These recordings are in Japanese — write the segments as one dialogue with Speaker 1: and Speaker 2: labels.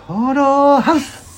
Speaker 1: ホローハ ウス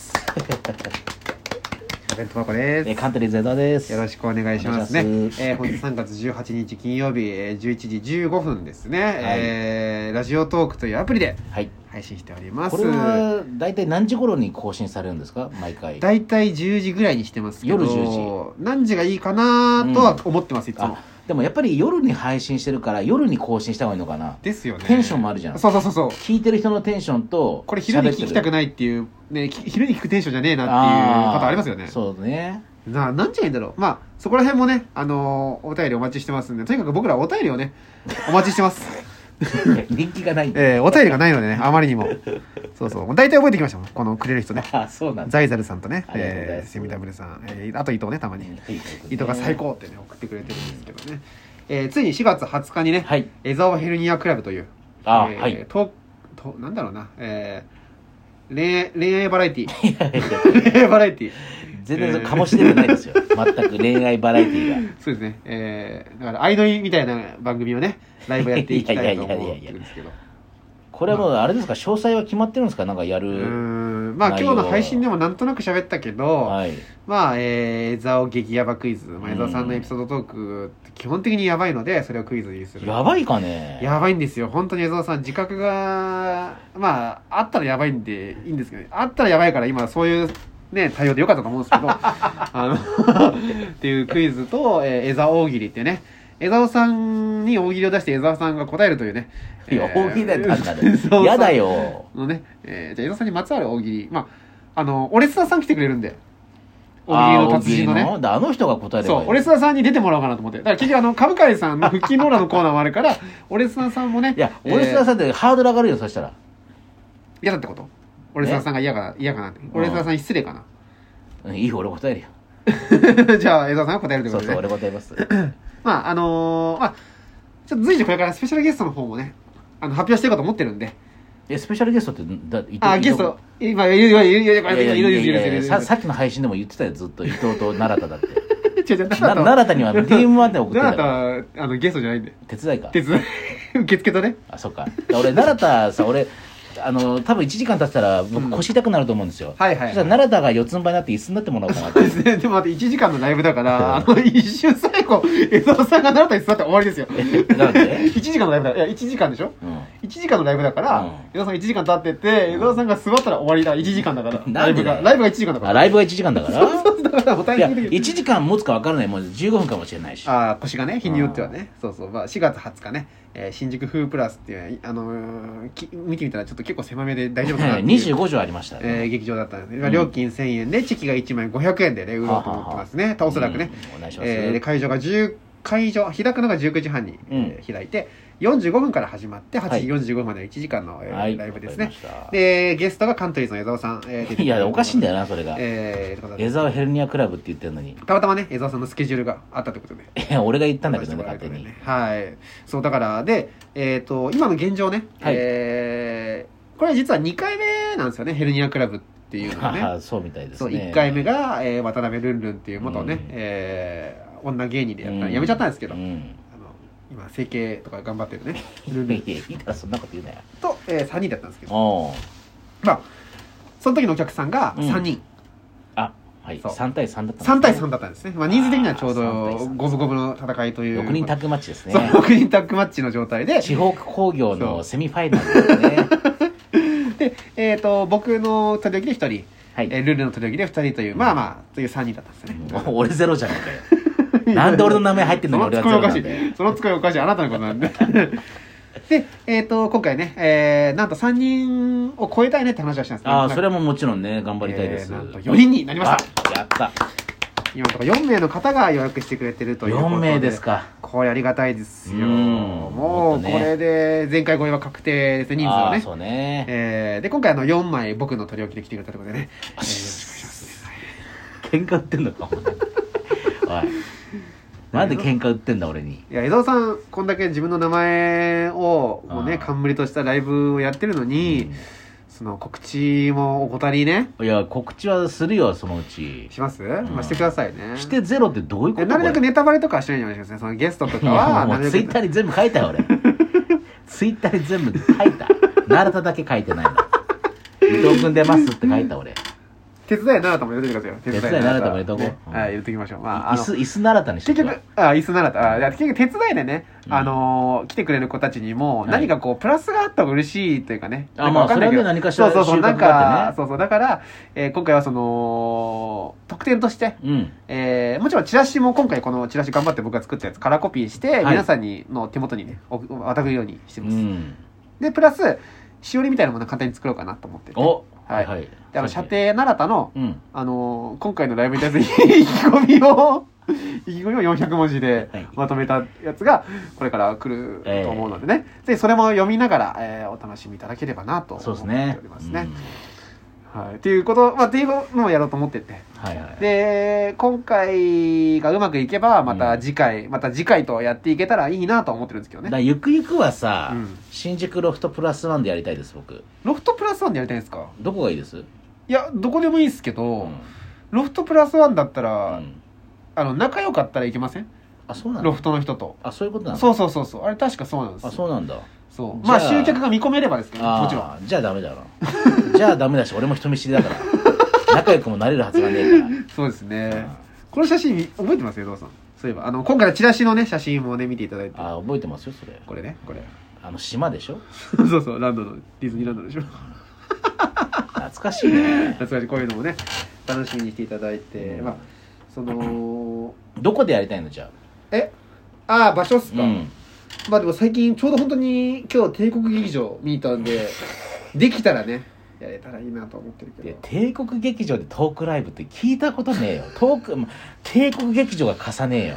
Speaker 2: お弁当箱です、
Speaker 1: えカントリーズ江戸です
Speaker 2: よろしくお願いしますね。
Speaker 1: お願いします
Speaker 2: えー本日3月18日金曜日、えー11時15分ですね、えーラジオトークというアプリで
Speaker 1: はい
Speaker 2: 配信しております
Speaker 1: こ。れは大体何時頃に更新されるんですか毎回
Speaker 2: だいたい10時ぐらいにしてますけど、
Speaker 1: 夜10
Speaker 2: 時。何時がいいかなとは思ってます、いつも
Speaker 1: あ。でもやっぱり夜に配信してるから夜に更新した方がいいのかな
Speaker 2: ですよね。
Speaker 1: テンションもあるじゃん
Speaker 2: そうそうそうそう。
Speaker 1: 聞いてる人のテンションと
Speaker 2: これ昼に聞きたく
Speaker 1: ない
Speaker 2: ないっていう、ね、き昼に聞くテンションじゃねえなっていう方ありますよね。
Speaker 1: そうね
Speaker 2: なあ、なんじゃいいんだろう。まあ、そこら辺もね、あのーお便りお待ちしてますんで、とにかく僕らお便りをね、お待ちしてます。
Speaker 1: 人気がないんだ
Speaker 2: えー、お便りがないのでね、あまりにも。そうそう。もう大体覚えてきましたもん。このくれる人ね。
Speaker 1: あそうなんだ
Speaker 2: ザイザルさんとね、
Speaker 1: ありがとうござい
Speaker 2: え
Speaker 1: ま
Speaker 2: ー、
Speaker 1: す
Speaker 2: セミダブルさん、えー、あと伊藤ね、たまに。伊藤が最高ってね、送ってくれてるんですけどね。えー、ついに4月20日にね、
Speaker 1: はい
Speaker 2: エザオヘルニアクラブという、
Speaker 1: あ
Speaker 2: えー
Speaker 1: はい
Speaker 2: とと、なんだろうな、えー、恋愛、恋愛バラエティ ー。恋愛バラエティー。
Speaker 1: 全然かもしれてないですよ全く恋愛バラエティ ーが
Speaker 2: そうですね。えー、だから、相乗りみたいな番組をね、ライブやっていきたいと思っ
Speaker 1: いやいや いやいやい
Speaker 2: て
Speaker 1: や
Speaker 2: るんですけど。
Speaker 1: これはもうあれですか詳細は決まってるんですかなんかや
Speaker 2: うー
Speaker 1: る
Speaker 2: ん。まあ、今
Speaker 1: 内
Speaker 2: 日
Speaker 1: 容は
Speaker 2: の配信でもなんとなく喋ったけど、
Speaker 1: はい
Speaker 2: まあ、えー、ザオ激ヤバクイズ。まあ、
Speaker 1: う
Speaker 2: 江
Speaker 1: ん
Speaker 2: 沢さんのエピソードトークって基本的にヤバいので、それをクイズにする。
Speaker 1: やばいかね
Speaker 2: やばいんですよ。本当に江沢さん、自覚が、まあ、あったらやばいんで、いいんですけどね。あったらやばいから、今、そういう、ね、対応でよかったと思うんです けど、あの、っていうクイズと、えー、江沢大喜利っていうね、江沢さんに大喜利を出して江沢さんが答えるというね。
Speaker 1: いや
Speaker 2: えー
Speaker 1: 大喜利だよ単 な
Speaker 2: 江沢さん
Speaker 1: るやだよ
Speaker 2: のね、えーじゃあ江沢さんにまつわる大喜利。まあ、あの、俺須田さん来てくれるんで。大喜利の達人の
Speaker 1: あー
Speaker 2: ね
Speaker 1: 大喜。利だあの人が答えればいい
Speaker 2: そう、俺須田さんに出てもらおうかなと思って。だから結局あの、株価さんの腹筋ローラーのコーナーもあるから、俺須田さんもね。
Speaker 1: いや俺須田
Speaker 2: ん。
Speaker 1: さんってハードル上がるよそしたら
Speaker 2: 嫌だってこと俺須田さんが嫌かな、嫌かなって。俺須田さん失礼か
Speaker 1: うんいいよ俺答えるよ
Speaker 2: な。じゃあ、江沢さんが答えるという
Speaker 1: そ
Speaker 2: こと
Speaker 1: うそう
Speaker 2: でね。
Speaker 1: 俺答えます
Speaker 2: まあ、あのーまあ、ちょっと随時これからスペシャルゲストの方もね、あの、発表していこうと思ってるんで。
Speaker 1: えスペシャルゲストってだ伊藤
Speaker 2: あ、ゲスト、今、いるよ、いるよ、いるよ、いるよ、い
Speaker 1: いや
Speaker 2: る
Speaker 1: いや
Speaker 2: よ、
Speaker 1: いやい
Speaker 2: いるよ、い
Speaker 1: やい
Speaker 2: る
Speaker 1: や
Speaker 2: よ。
Speaker 1: ささっきの配信でも言ってたよずっと伊藤と奈良田だって
Speaker 2: 違う違う、
Speaker 1: な
Speaker 2: 奈良
Speaker 1: 奈良田には DM1 で送って
Speaker 2: 田、
Speaker 1: た
Speaker 2: 奈良
Speaker 1: から
Speaker 2: 田、あの、ゲストじゃないんで。
Speaker 1: 手伝いか
Speaker 2: 手伝い、受付とね。
Speaker 1: あそっか俺奈良田さ俺あの多分1時間経ってたら僕腰痛くなると思うんですよ、
Speaker 2: はいはいはい
Speaker 1: そしたら奈良田が四つん這いになって椅子になってもらおうかなって
Speaker 2: でもあと1時間のライブだから、あの、一瞬最後、江沢さんが奈良田に座って終わりですよ。
Speaker 1: えなん で
Speaker 2: 1時間のライブだいや、1時間でしょ
Speaker 1: う
Speaker 2: 1時間のライブだから、
Speaker 1: うん
Speaker 2: 江沢さん1時間経ってて、江沢さんが座ったら終わりだ。1時間だから。ラ
Speaker 1: な
Speaker 2: イ
Speaker 1: ん
Speaker 2: ブ
Speaker 1: でだ
Speaker 2: が。
Speaker 1: よ
Speaker 2: ライブが1時間だ
Speaker 1: ん
Speaker 2: か
Speaker 1: あ
Speaker 2: ら。
Speaker 1: ライブが1時間だから
Speaker 2: だからもうタイ
Speaker 1: い
Speaker 2: ミ
Speaker 1: や
Speaker 2: ング的
Speaker 1: 1
Speaker 2: に。
Speaker 1: 時間持つか分からないもう15分かもしれないし
Speaker 2: ああ、腰がね、日によってはね。そうそう。まあ、4月20日ね、えー新宿風プラスっていう、あのーき見てみたらちょっと結構狭めで大丈夫かなってい う。
Speaker 1: 25条ありました
Speaker 2: え
Speaker 1: ね、
Speaker 2: ー劇場だったんです、まあ料金1000円でチェキが1枚500円でね売ろうと思ってますねおそらくね、
Speaker 1: うんお願いします
Speaker 2: えーで会場が10会場開くのが19時半に、えー開いて45分から始まって8時45分までの1時間の、えー
Speaker 1: はい
Speaker 2: ライブです
Speaker 1: わ
Speaker 2: ね
Speaker 1: かりました
Speaker 2: でゲストがカントリーズの江澤さん、えー出てくる
Speaker 1: いやおかしいんだよなそれが、
Speaker 2: えーということで
Speaker 1: 江沢ヘルニアクラブって言ってるのに
Speaker 2: たまたまね江澤さんのスケジュールがあったということで
Speaker 1: いや俺が言ったんだけどね勝手に、
Speaker 2: はいそうだからでえっ、と今の現状ね、
Speaker 1: はい
Speaker 2: えーこれ実は2回目なんですよねヘルニアクラブっていうの はね
Speaker 1: ああそうみたいです
Speaker 2: そう
Speaker 1: ね
Speaker 2: 1回目が、えー渡辺ルンルンっていう元ね、
Speaker 1: うん
Speaker 2: えー女芸人でやった、
Speaker 1: うん
Speaker 2: やめちゃったんですけど、
Speaker 1: う
Speaker 2: あの
Speaker 1: ん
Speaker 2: 今整形とか頑張ってるね
Speaker 1: いやいやいいからそんなこと言うなよ
Speaker 2: と、えー3人だったんですけど
Speaker 1: おう
Speaker 2: まあその時のお客さんが
Speaker 1: うん
Speaker 2: 3人、
Speaker 1: あはい
Speaker 2: そう
Speaker 1: 3対3だった
Speaker 2: 3対3
Speaker 1: だ
Speaker 2: だったんですね、まあ、人数的にはちょう
Speaker 1: あー3対
Speaker 2: ど
Speaker 1: 3
Speaker 2: 五分五分の戦いという
Speaker 1: 6人タッグマッチですね
Speaker 2: そう6人タッグマッチの状態で
Speaker 1: 地方工
Speaker 2: そ
Speaker 1: 業
Speaker 2: う
Speaker 1: のセミファイナルですね
Speaker 2: で、えー、と僕の取り置きで1人、
Speaker 1: はい
Speaker 2: えールンルンの取り置きで2人という、まあまあという3人だったんですね、
Speaker 1: もう俺ゼロじゃねえ かよなんで俺の名前入ってん
Speaker 2: そ
Speaker 1: のに
Speaker 2: の
Speaker 1: 俺
Speaker 2: ツ
Speaker 1: は
Speaker 2: ッコ
Speaker 1: ゼ
Speaker 2: ミ
Speaker 1: ロ
Speaker 2: おかし
Speaker 1: なんだよ
Speaker 2: い。 そのツッコミおかしい。あなたのことなんで。 で、えっ、と、今回ね、えー、なんと3人を超えたいねって話はしたんです
Speaker 1: ああそれ
Speaker 2: は
Speaker 1: ももちろんね頑張りたいです、
Speaker 2: なんと4人になりました。
Speaker 1: あやった
Speaker 2: 今のところ4名の方が予約してくれてるということで。
Speaker 1: 4名です。か
Speaker 2: これありがたいですよ。
Speaker 1: うん
Speaker 2: も
Speaker 1: も
Speaker 2: う、
Speaker 1: っと
Speaker 2: こ
Speaker 1: ね
Speaker 2: れで前回超えは確定ですね、人数は
Speaker 1: あー
Speaker 2: ね。
Speaker 1: そうね
Speaker 2: えー、で、今回あの4枚僕の取り置きで来てくれたということでね。えーよろしくお願いします。
Speaker 1: 喧嘩売ってんのかお 前おいなんで喧嘩売ってんだ俺に
Speaker 2: いや、江戸さん、こんだけ自分の名前を、もうね、
Speaker 1: あー
Speaker 2: 冠としたライブをやってるのに、その告知も怠りね
Speaker 1: いや告知はするよそのうち
Speaker 2: します、まあ、
Speaker 1: ん
Speaker 2: してくださいね
Speaker 1: してゼロってどういうこ
Speaker 2: え
Speaker 1: と
Speaker 2: なるべく
Speaker 1: ね
Speaker 2: ネタバレとかはしないようにしてくださいそのゲストと
Speaker 1: い
Speaker 2: か
Speaker 1: や
Speaker 2: は
Speaker 1: も
Speaker 2: な
Speaker 1: う
Speaker 2: る
Speaker 1: ツイ
Speaker 2: べ
Speaker 1: ッター
Speaker 2: く
Speaker 1: に全部書い たよ俺ツイッターに全部書いた奈良田だけ書いてないの伊藤君出ますって書いた俺
Speaker 2: 手伝い奈良田も入れといてくださいよ。手
Speaker 1: 手伝い奈良田も入れとこう
Speaker 2: ね
Speaker 1: うん
Speaker 2: はい、入れときましょう。 まあ、あ
Speaker 1: 椅
Speaker 2: の
Speaker 1: 子、椅子奈良田にしと
Speaker 2: 結
Speaker 1: け
Speaker 2: 局
Speaker 1: ば、
Speaker 2: あ、椅子奈良田。あじゃあ結局手伝いでね、
Speaker 1: うん
Speaker 2: あのー、来てくれる子たちにも、
Speaker 1: はい
Speaker 2: 何かこう、プラスがあった方が嬉しいというかね。
Speaker 1: あ
Speaker 2: なんかわかんないけど
Speaker 1: まあそれはね何かしら
Speaker 2: そうそうそう、
Speaker 1: 収穫があ
Speaker 2: なん
Speaker 1: ってね
Speaker 2: か、そうそう、だから、えー今回はその、特典として、
Speaker 1: うん
Speaker 2: えーもちろんチラシも今回このチラシ頑張って僕が作ったやつカラーコピーして
Speaker 1: い
Speaker 2: 皆さんにの手元にねお渡るようにして
Speaker 1: う
Speaker 2: ます、
Speaker 1: ん
Speaker 2: でプラスしおりみたいなものを簡単に作ろうかなと思ってて
Speaker 1: お
Speaker 2: はい
Speaker 1: はい
Speaker 2: であの射程奈良田の、
Speaker 1: うん
Speaker 2: あのー今回のライブに対する意気込みを 意気込みを400文字で
Speaker 1: はい
Speaker 2: まとめたやつがこれから来ると思うのでね、ぜひそれも読みながら、えーお楽しみいただければなと
Speaker 1: そ
Speaker 2: 思
Speaker 1: うで
Speaker 2: っ
Speaker 1: す
Speaker 2: て
Speaker 1: ね
Speaker 2: おりますね。はい、っていうこと、まあ、っていうのをやろうと思ってて。
Speaker 1: うんはいはい
Speaker 2: で今回がうまくいけばまた次回、また次回とやっていけたらいいなと思ってるんですけど
Speaker 1: だから
Speaker 2: ね
Speaker 1: ゆくゆくはさ、
Speaker 2: うん
Speaker 1: 新宿ロフトプラスワンでやりたいです僕
Speaker 2: ロフトプラスワンでやりたいんですか
Speaker 1: どこがいいです
Speaker 2: いやどこでもいいですけど、
Speaker 1: うん
Speaker 2: ロフトプラスワンだったら、
Speaker 1: うん
Speaker 2: あの仲良かったらいけません
Speaker 1: あそうなん
Speaker 2: ロ
Speaker 1: だ
Speaker 2: フトの人と
Speaker 1: あそういうことなの
Speaker 2: そうそうそうそうあれ確かそうなんです
Speaker 1: あそうなんだ
Speaker 2: そう
Speaker 1: じ
Speaker 2: ま
Speaker 1: ゃあ
Speaker 2: あ集客が見込めればですけど
Speaker 1: あー
Speaker 2: もちろん
Speaker 1: じゃあダメだな じゃあダメだし俺も人見知りだから 仲良くもなれるはずがねえから
Speaker 2: そうですねこの写真覚えてますよどうさんそういえばあの今回のチラシのね写真もね見ていただいて
Speaker 1: あ覚えてますよそれ
Speaker 2: これねこれ
Speaker 1: あの島でしょ
Speaker 2: そうそうランドのディズニーランドでしょ
Speaker 1: 懐かしいね
Speaker 2: 懐かしいこういうのもね楽しみにしていただいて、
Speaker 1: うん
Speaker 2: まあその
Speaker 1: どこでやりたいのじゃ
Speaker 2: えああ場所っす
Speaker 1: あ
Speaker 2: か、まあでも最近ちょうど本当に今日帝国劇場見に行ったんでできたらねやれたらいいなと思ってる
Speaker 1: いや
Speaker 2: けど
Speaker 1: 帝国劇場でトークライブって聞いたことねえよトークま帝国劇場が貸さ ねえよ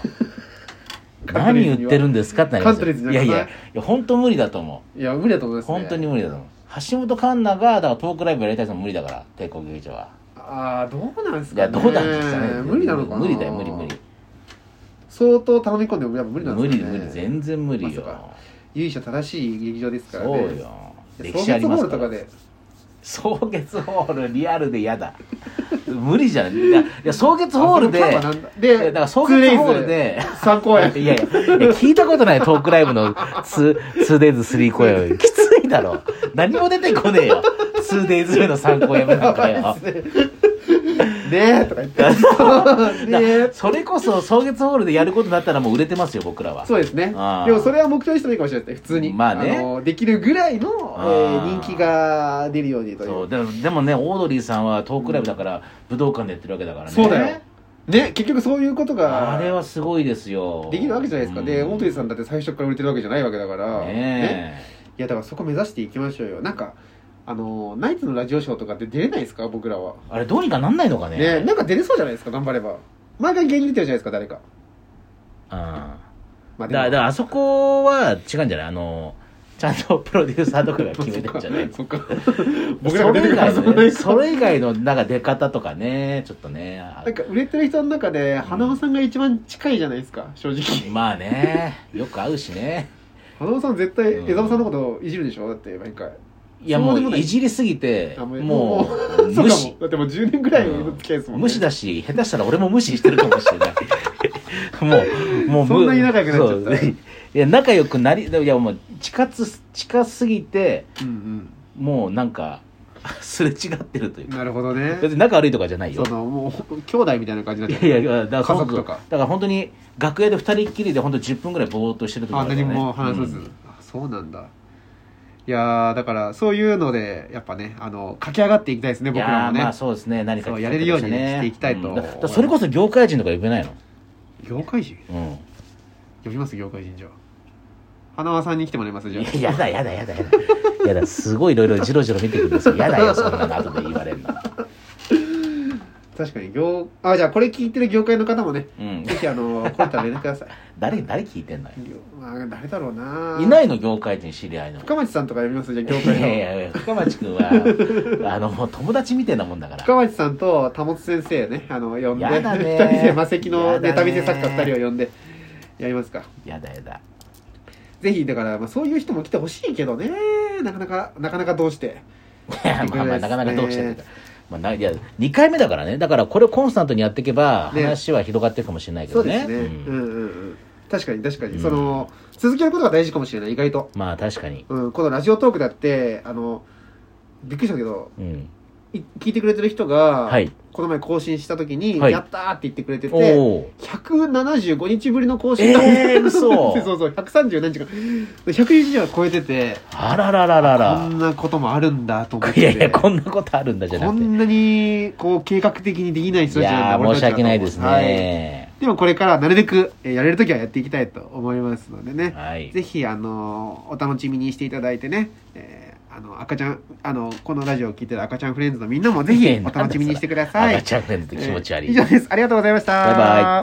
Speaker 2: カントリーズに
Speaker 1: 何
Speaker 2: は
Speaker 1: 言ってるんですかってなります
Speaker 2: カントリーズ
Speaker 1: よい
Speaker 2: に
Speaker 1: や
Speaker 2: はい貸さない
Speaker 1: やいや本当無理だと思
Speaker 2: いや無理だと思いうますね
Speaker 1: 本当に無理だと思う橋本環奈がだからトークライブやりたい人も無理だから帝国劇場は
Speaker 2: ああどうなんです
Speaker 1: い
Speaker 2: か
Speaker 1: や
Speaker 2: ね
Speaker 1: どうだってさね
Speaker 2: 無理なのかな
Speaker 1: 無理だよ無理無理
Speaker 2: 相当頼み込んでもやっぱ無理なん
Speaker 1: 無
Speaker 2: です
Speaker 1: 理
Speaker 2: かね
Speaker 1: 無理全然無理よ
Speaker 2: まさ由緒正しい劇場ですから
Speaker 1: そ
Speaker 2: ね
Speaker 1: うよ
Speaker 2: いや
Speaker 1: 歴史ありますか
Speaker 2: 草月ホールとからで
Speaker 1: 草月ホールリアルで嫌だ無理じゃんいやいや草月ホールでい
Speaker 2: あそのキャ
Speaker 1: や
Speaker 2: パなんだ
Speaker 1: だ
Speaker 2: で
Speaker 1: から草月ホールで
Speaker 2: 3公演
Speaker 1: いやいやいや聞いたことないトークライブの 2days3 公演きついだろ何も出てこねえよ 2days 目の3公演目なん かよ
Speaker 2: ねえとか言ってねえ
Speaker 1: それこそ草月ホールでやることになったらもう売れてますよ僕らは
Speaker 2: そうですねで
Speaker 1: あー
Speaker 2: もそれは目標にしてもいいかもしれないですね普通に
Speaker 1: まあね
Speaker 2: のできるぐらいの、えー
Speaker 1: あー
Speaker 2: 人気が出るようにという
Speaker 1: そうでもでもねオードリーさんはトークライブだから、武道館でやってるわけだからね
Speaker 2: そうだよね結局そういうことが
Speaker 1: あれはすごいですよ
Speaker 2: できるわけじゃないですか、でオートリーさん
Speaker 1: だ
Speaker 2: だって最初から売れてるわけじゃないわけだからね
Speaker 1: ね
Speaker 2: いやだからそこ目指していきましょうよなんかあのナイツのラジオショーとかって出れないですか僕らは
Speaker 1: えあれどうにかなんないのかね
Speaker 2: ねなんか出れそうじゃないですか頑張れば毎回芸人出てるじゃないですか誰か
Speaker 1: うん
Speaker 2: まあ
Speaker 1: だ
Speaker 2: でも
Speaker 1: だからあそこは違うんじゃないあのちゃんとプロデューサーとかが決めてるんじゃない
Speaker 2: そっ か 僕ら
Speaker 1: そ
Speaker 2: が出て
Speaker 1: れ
Speaker 2: く
Speaker 1: 以
Speaker 2: るはず
Speaker 1: 外
Speaker 2: も
Speaker 1: の
Speaker 2: ない
Speaker 1: ね
Speaker 2: か
Speaker 1: それ以外のなんか出方とかねちょっとねあ
Speaker 2: なんか売れてる人の中で花尾さんが一番近いじゃないですか正直
Speaker 1: まあねよく会うしね
Speaker 2: 花尾さん絶対
Speaker 1: うん
Speaker 2: 江澤さんのこといじるでしょだって毎回
Speaker 1: いや
Speaker 2: そう
Speaker 1: も
Speaker 2: でもな
Speaker 1: う
Speaker 2: い
Speaker 1: いじりすぎて
Speaker 2: あ
Speaker 1: もう
Speaker 2: そう
Speaker 1: 無
Speaker 2: か
Speaker 1: 視
Speaker 2: もだってもう10年ぐらいの付き合いですもんね
Speaker 1: 無視だし下手したら俺も無視してるかもしれない もうもう
Speaker 2: そんなに仲良くなっちゃった
Speaker 1: そういや仲良くなりいやもう近つ近すぎて
Speaker 2: うん
Speaker 1: もうなんか すれ違ってるという
Speaker 2: うん
Speaker 1: か
Speaker 2: なるほどね
Speaker 1: 別に仲悪いとかじゃない
Speaker 2: そ
Speaker 1: よ
Speaker 2: のもう兄弟みたいな感じになっちゃっ
Speaker 1: いやいやだか
Speaker 2: 家
Speaker 1: ら
Speaker 2: 族とか
Speaker 1: だから本当に楽屋で二人っきりで本当10分ぐらいぼーっとしてるとか
Speaker 2: あ何も話さず、あそうなんだいやーだからそういうのでやっぱねあの駆け上がっていきたいですね
Speaker 1: い
Speaker 2: 僕
Speaker 1: や
Speaker 2: ら
Speaker 1: ー
Speaker 2: もね、
Speaker 1: まあそうですね何か
Speaker 2: そうやれるようにねしていきたいと
Speaker 1: んだだからそれこそ業界人とか呼べないの
Speaker 2: 業界人
Speaker 1: うん
Speaker 2: 呼びます業界人じゃあ花輪さんに来てもらいますじゃあ
Speaker 1: いややだやだやだやだやだ すごいいろいろジロジロ見てくるんですよやだよそんなの後で言われるの
Speaker 2: 確かに業あじゃあこれ聞いてる業界の方もね
Speaker 1: うん
Speaker 2: ぜひあのこういったら連絡ください
Speaker 1: 誰誰聞いてんのよ
Speaker 2: 業まあ誰だろうない
Speaker 1: ないいの業界人知り合いの
Speaker 2: 深町さんとか呼びますじゃあ
Speaker 1: い
Speaker 2: 業界
Speaker 1: やい
Speaker 2: の
Speaker 1: やいや深町君はあのもう友達みたいなもんだから
Speaker 2: 深町さんと田本先生ねあの呼んで
Speaker 1: や だね
Speaker 2: 2人で魔石の
Speaker 1: やだね
Speaker 2: ネタ見せ作家2人を呼んでやりますか
Speaker 1: やだやだ
Speaker 2: ぜひだから、まあ、そういう人も来てほしいけどねなかなかなかなかどうして
Speaker 1: まあまあなかなかどう してってかまあ、ないや2回目だからねだからこれをコンスタントにやっていけば
Speaker 2: ね
Speaker 1: 話は広がっていくかもしれないけ
Speaker 2: そ
Speaker 1: ど
Speaker 2: うで
Speaker 1: ね
Speaker 2: すね、
Speaker 1: う
Speaker 2: うんん、うんうん確かに確かに、
Speaker 1: うん
Speaker 2: その続けることが大事かもしれない意外と、
Speaker 1: まあ確かに
Speaker 2: うん、このラジオトークだってあのびっくりしたけど
Speaker 1: うん。
Speaker 2: い聞いてくれてる人が、
Speaker 1: はい
Speaker 2: この前更新した時に「
Speaker 1: はい
Speaker 2: やった!」って言ってくれてて、
Speaker 1: おお。
Speaker 2: 175日ぶりの更新だ
Speaker 1: えー嘘
Speaker 2: そうそう130何時間100日は超えてて
Speaker 1: あらららら
Speaker 2: こ
Speaker 1: ら。
Speaker 2: んなこともあるんだと思って
Speaker 1: いやいや、こんなことあるんだじゃな
Speaker 2: こ
Speaker 1: くて。
Speaker 2: んなにこう計画的にできない人
Speaker 1: い
Speaker 2: たちな
Speaker 1: や
Speaker 2: ん
Speaker 1: ー
Speaker 2: だ
Speaker 1: 申し訳ないです
Speaker 2: はい
Speaker 1: ね。
Speaker 2: でもこれからなるべくえーやれる時はやっていきたいと思いますのでね、
Speaker 1: はい。
Speaker 2: ぜひ、あの、お楽しみにしていただいてね、えーあの、赤ちゃん、あの、このラジオを聞いてる赤ちゃんフレンズのみんなもぜひお楽しみにしてください。
Speaker 1: 赤ちゃんフレンズって気持ち悪い。
Speaker 2: えー以上です。ありがとうございました。
Speaker 1: バイバイ